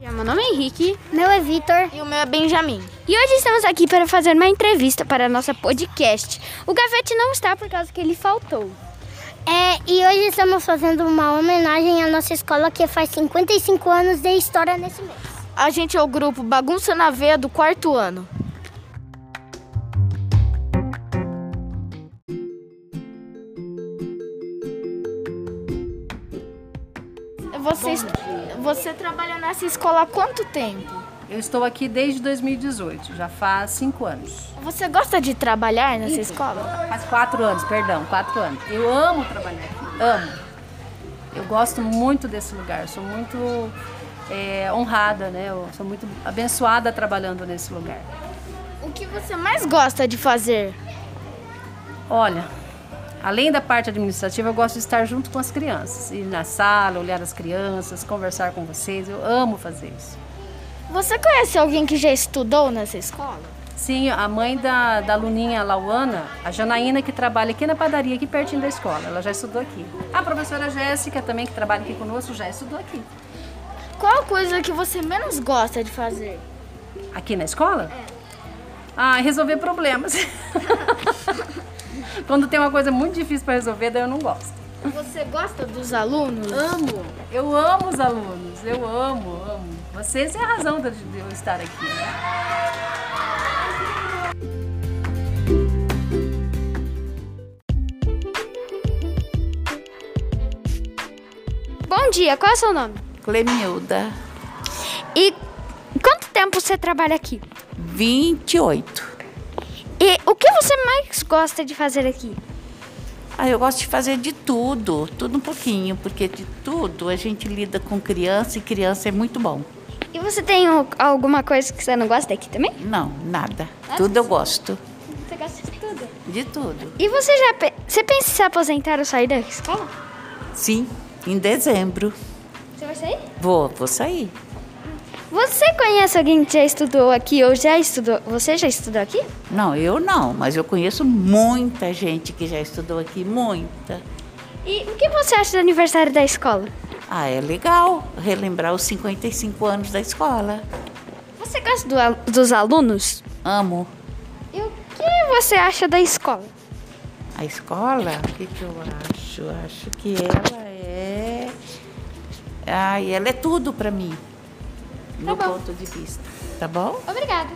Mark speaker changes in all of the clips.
Speaker 1: Meu nome é Henrique.
Speaker 2: Meu é Vitor.
Speaker 3: E o meu é Benjamin.
Speaker 1: E hoje estamos aqui para fazer uma entrevista para a nossa podcast. O Gavete não está por causa que ele faltou.
Speaker 2: É, e hoje estamos fazendo uma homenagem à nossa escola que faz 55 anos de história nesse mês.
Speaker 3: A gente é o grupo Bagunça na Veia do quarto ano. Você, você trabalha nessa escola há quanto tempo?
Speaker 4: Eu estou aqui desde 2018, já faz cinco anos.
Speaker 3: Você gosta de trabalhar nessa escola?
Speaker 4: Faz quatro anos, perdão, quatro anos. Eu amo trabalhar aqui, amo. Eu gosto muito desse lugar, sou muito é, honrada, né? Eu sou muito abençoada trabalhando nesse lugar.
Speaker 3: O que você mais gosta de fazer?
Speaker 4: Olha, Além da parte administrativa, eu gosto de estar junto com as crianças, ir na sala, olhar as crianças, conversar com vocês. Eu amo fazer isso.
Speaker 3: Você conhece alguém que já estudou nessa escola?
Speaker 4: Sim, a mãe da, da aluninha Lauana, a Janaína, que trabalha aqui na padaria, aqui pertinho da escola. Ela já estudou aqui. A professora Jéssica também, que trabalha aqui conosco, já estudou aqui.
Speaker 3: Qual a coisa que você menos gosta de fazer?
Speaker 4: Aqui na escola? É. Ah, resolver problemas. Quando tem uma coisa muito difícil para resolver, daí eu não gosto.
Speaker 3: Você gosta dos alunos?
Speaker 4: Amo. Eu amo os alunos. Eu amo, amo. Vocês é a razão de eu estar aqui. né?
Speaker 1: Bom dia, qual é o seu nome?
Speaker 5: Clemilda.
Speaker 1: E quanto tempo você trabalha aqui?
Speaker 5: 28.
Speaker 1: E o que você mais gosta de fazer aqui?
Speaker 5: Ah, eu gosto de fazer de tudo, tudo um pouquinho, porque de tudo a gente lida com criança e criança é muito bom.
Speaker 1: E você tem o- alguma coisa que você não gosta aqui também?
Speaker 5: Não, nada. tudo eu gosto.
Speaker 1: Você gosta de tudo.
Speaker 5: De tudo.
Speaker 1: E você já pe- você pensa em se aposentar ou sair da escola?
Speaker 5: Sim, em dezembro.
Speaker 1: Você vai sair?
Speaker 5: Vou, vou sair.
Speaker 1: Você conhece alguém que já estudou aqui ou já estudou? Você já estudou aqui?
Speaker 5: Não, eu não, mas eu conheço muita gente que já estudou aqui, muita.
Speaker 1: E o que você acha do aniversário da escola?
Speaker 5: Ah, é legal relembrar os 55 anos da escola.
Speaker 1: Você gosta do al- dos alunos?
Speaker 5: Amo
Speaker 1: E o que você acha da escola?
Speaker 5: a escola. O que, que eu acho? Acho que ela é. Ai, ela é tudo pra mim. no
Speaker 1: bom.
Speaker 5: ponto de vista. Tá bom?
Speaker 1: Obrigada.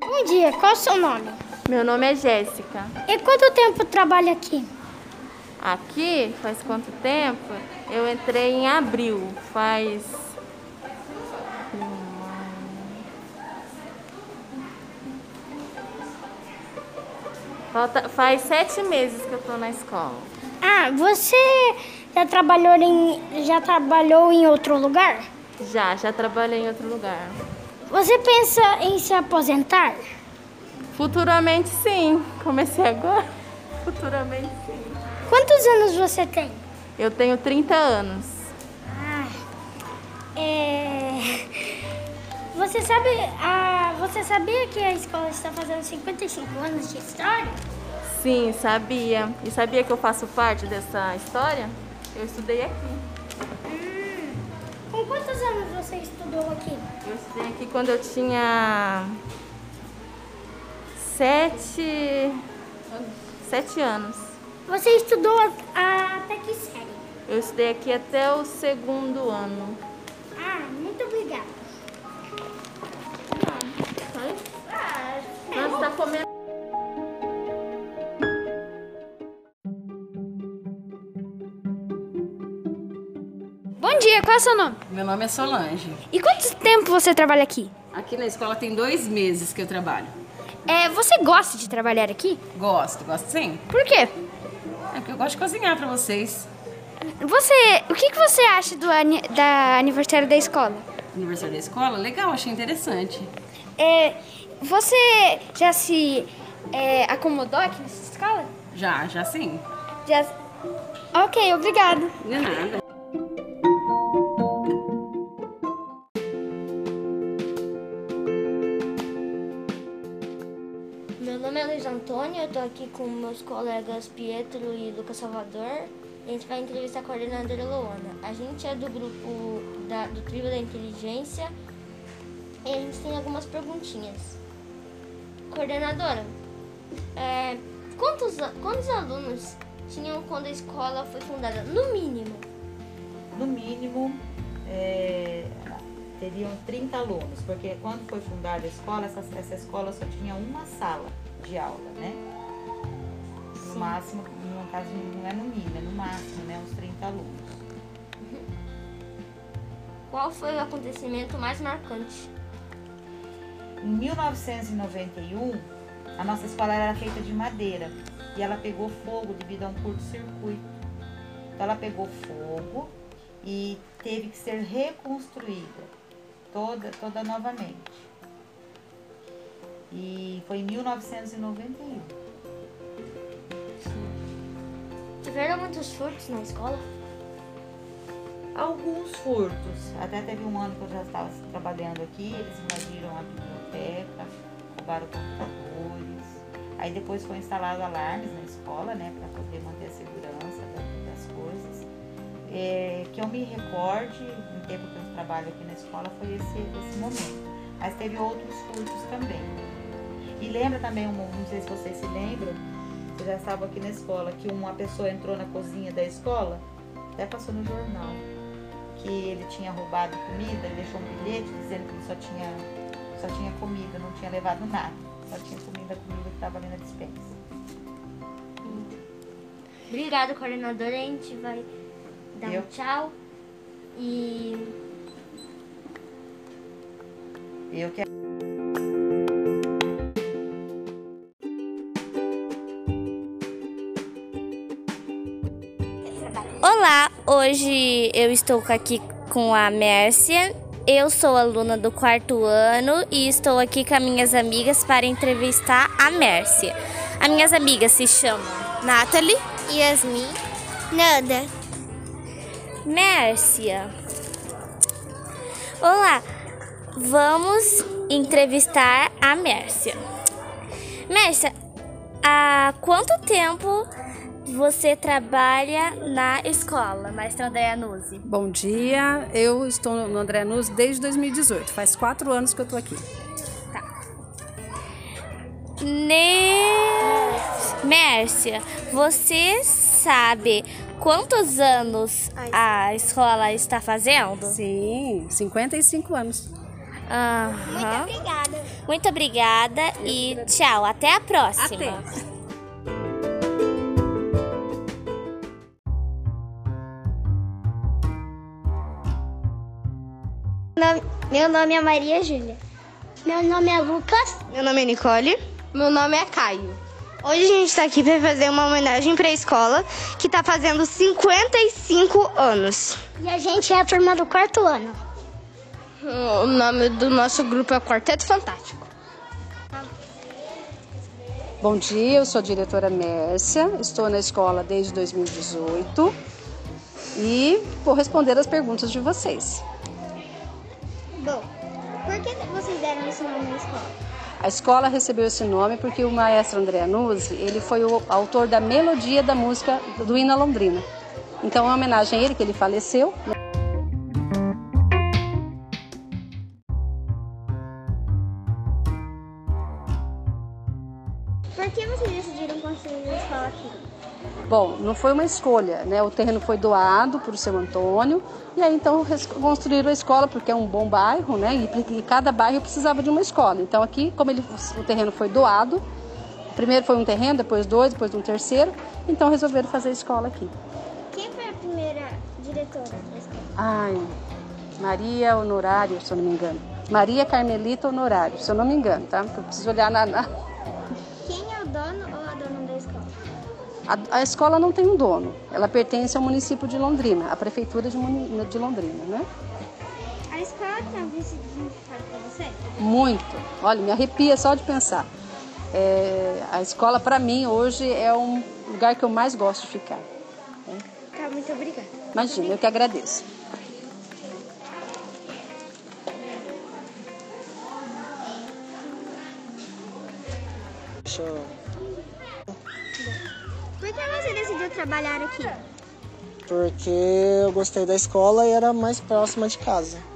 Speaker 2: Bom dia, qual o seu nome?
Speaker 6: Meu nome é Jéssica.
Speaker 2: E quanto tempo trabalha aqui?
Speaker 6: Aqui, faz quanto tempo? Eu entrei em abril, faz. Falta, faz sete meses que eu tô na escola.
Speaker 2: Ah, você já trabalhou em, já trabalhou em outro lugar?
Speaker 6: Já, já trabalhei em outro lugar.
Speaker 2: Você pensa em se aposentar?
Speaker 6: Futuramente sim. Comecei agora. Futuramente sim.
Speaker 2: Quantos anos você tem?
Speaker 6: Eu tenho 30 anos.
Speaker 2: É... Você sabe, a... você sabia que a escola está fazendo 55 anos de história?
Speaker 6: Sim, sabia. E sabia que eu faço parte dessa história? Eu estudei aqui.
Speaker 2: Com quantos anos você estudou aqui?
Speaker 6: Eu estudei aqui quando eu tinha sete, sete anos.
Speaker 2: Você estudou a- a- até que série?
Speaker 6: Eu estudei aqui até o segundo ano.
Speaker 2: Ah, muito obrigada.
Speaker 6: Nossa, tá comendo.
Speaker 1: Bom dia, qual é o seu nome?
Speaker 7: Meu nome é Solange.
Speaker 1: E quanto tempo você trabalha aqui?
Speaker 7: Aqui na escola tem dois meses que eu trabalho.
Speaker 1: É, você gosta de trabalhar aqui?
Speaker 7: Gosto, gosto sim.
Speaker 1: Por quê?
Speaker 7: É porque eu gosto de cozinhar pra vocês.
Speaker 1: Você, o que, que você acha do ani- da aniversário da escola?
Speaker 7: Aniversário da escola, legal, achei interessante.
Speaker 1: É, você já se é, acomodou aqui nessa escola?
Speaker 7: Já, já sim.
Speaker 1: Já. Ok, obrigado.
Speaker 7: Não é nada.
Speaker 3: Meu nome
Speaker 8: nome é Luiz Antônio, eu tô aqui com meus colegas Pietro e Lucas Salvador. A gente vai entrevistar a coordenadora Luana. A gente é do grupo da- do Trio da Inteligência e a gente tem algumas perguntinhas. Coordenadora, é, quantos, a- quantos alunos tinham quando a escola foi fundada? No mínimo.
Speaker 9: no mínimo, é, teriam 30 alunos, porque quando foi fundada a escola, essa, essa escola só tinha uma sala de aula, né? No máximo, no caso, não é no mínimo, é no máximo, né? Uns 30 alunos.
Speaker 8: Qual foi o acontecimento mais marcante?
Speaker 9: Em 1991, a nossa escola era feita de madeira e ela pegou fogo devido a um curto-circuito. Então, ela pegou fogo e teve que ser reconstruída toda, toda novamente. E um. foi em 1991.
Speaker 8: Tiveram muitos furtos na escola?
Speaker 9: alguns furtos. Até teve um ano que eu já estava trabalhando aqui, eles invadiram a biblioteca, roubaram computadores. Aí depois foi instalado alarmes na escola, né, para poder manter a segurança da- das coisas. É, que eu me recorde, no tempo que eu trabalho aqui na escola, foi esse, esse momento. Mas teve outros furtos também. E lembra também, um, não sei se vocês se lembram, eu já estava aqui na escola, que uma pessoa entrou na cozinha da escola, até passou no jornal que ele tinha roubado comida, ele deixou um bilhete dizendo que ele só tinha, só tinha comida, não tinha levado nada. Só tinha comida, a comida que estava ali na dispensa.
Speaker 8: Obrigada, coordenadora. A gente vai dar
Speaker 9: Eu?
Speaker 8: um tchau. E
Speaker 9: Eu que
Speaker 10: Olá, hoje eu estou aqui com a Mércia. Eu sou aluna do quarto ano e estou aqui com as minhas amigas para entrevistar a Mércia. As minhas amigas se chamam Nathalie, Yasmin, Nanda. Mércia. Olá, vamos entrevistar a Mércia. Mércia, há quanto tempo você trabalha na escola, Maestra Andréa Nuzzi?
Speaker 4: Bom dia, eu estou no André Nuz desde 2018, faz quatro anos que eu estou aqui.
Speaker 10: Ne... Mércia, você sabe quantos anos a escola está fazendo?
Speaker 4: Sim, 55 anos.
Speaker 10: Muito obrigada. Muito obrigada e tchau. Até a próxima.
Speaker 4: Até.
Speaker 2: Meu nome é Maria Júlia. Meu nome é Lucas.
Speaker 10: Meu nome é Nicole.
Speaker 3: Meu nome é Caio. Hoje a gente está aqui para fazer uma homenagem para a escola que está fazendo 55 anos.
Speaker 2: E a gente é a turma do quarto ano.
Speaker 3: O nome do nosso grupo é Quarteto Fantástico.
Speaker 4: Bom dia, eu sou a diretora Mércia, estou na escola desde 2018 e vou responder as perguntas de vocês.
Speaker 2: Bom, por que vocês deram esse nome na escola?
Speaker 4: A escola recebeu esse nome porque o maestro André Nuzzi, ele foi o autor da melodia da música do Hino à Londrina. Então, é uma homenagem a ele, que ele faleceu.
Speaker 2: Por que vocês decidiram construir a escola aqui?
Speaker 4: Bom, não foi uma escolha, né? O terreno foi doado para o seu Antônio e aí então res- construíram a escola porque é um bom bairro, né? E, pre- e cada bairro precisava de uma escola. Então aqui, como ele, o terreno foi doado, primeiro foi um terreno, depois dois, depois um terceiro, então resolveram fazer a escola aqui.
Speaker 2: Quem foi a primeira diretora da escola?
Speaker 4: Ai, Maria Honorário, se eu não me engano. Maria Carmelita Honorário, se eu não me engano, tá? Porque eu preciso olhar na- na...
Speaker 2: Quem é o dono ou a dona da escola?
Speaker 4: A, a escola não tem um dono, ela pertence ao município de Londrina, à prefeitura de, Muni- de Londrina, né?
Speaker 2: A escola tem algum significado para você?
Speaker 4: Muito. Olha, me arrepia só de pensar. É, a escola, para mim, hoje é um lugar que eu mais gosto de ficar. né?
Speaker 2: Tá, muito obrigada.
Speaker 4: Imagina, eu que agradeço.
Speaker 11: cachorro.
Speaker 12: Por que você decidiu trabalhar aqui?
Speaker 11: Porque eu gostei da escola e era mais próxima de casa.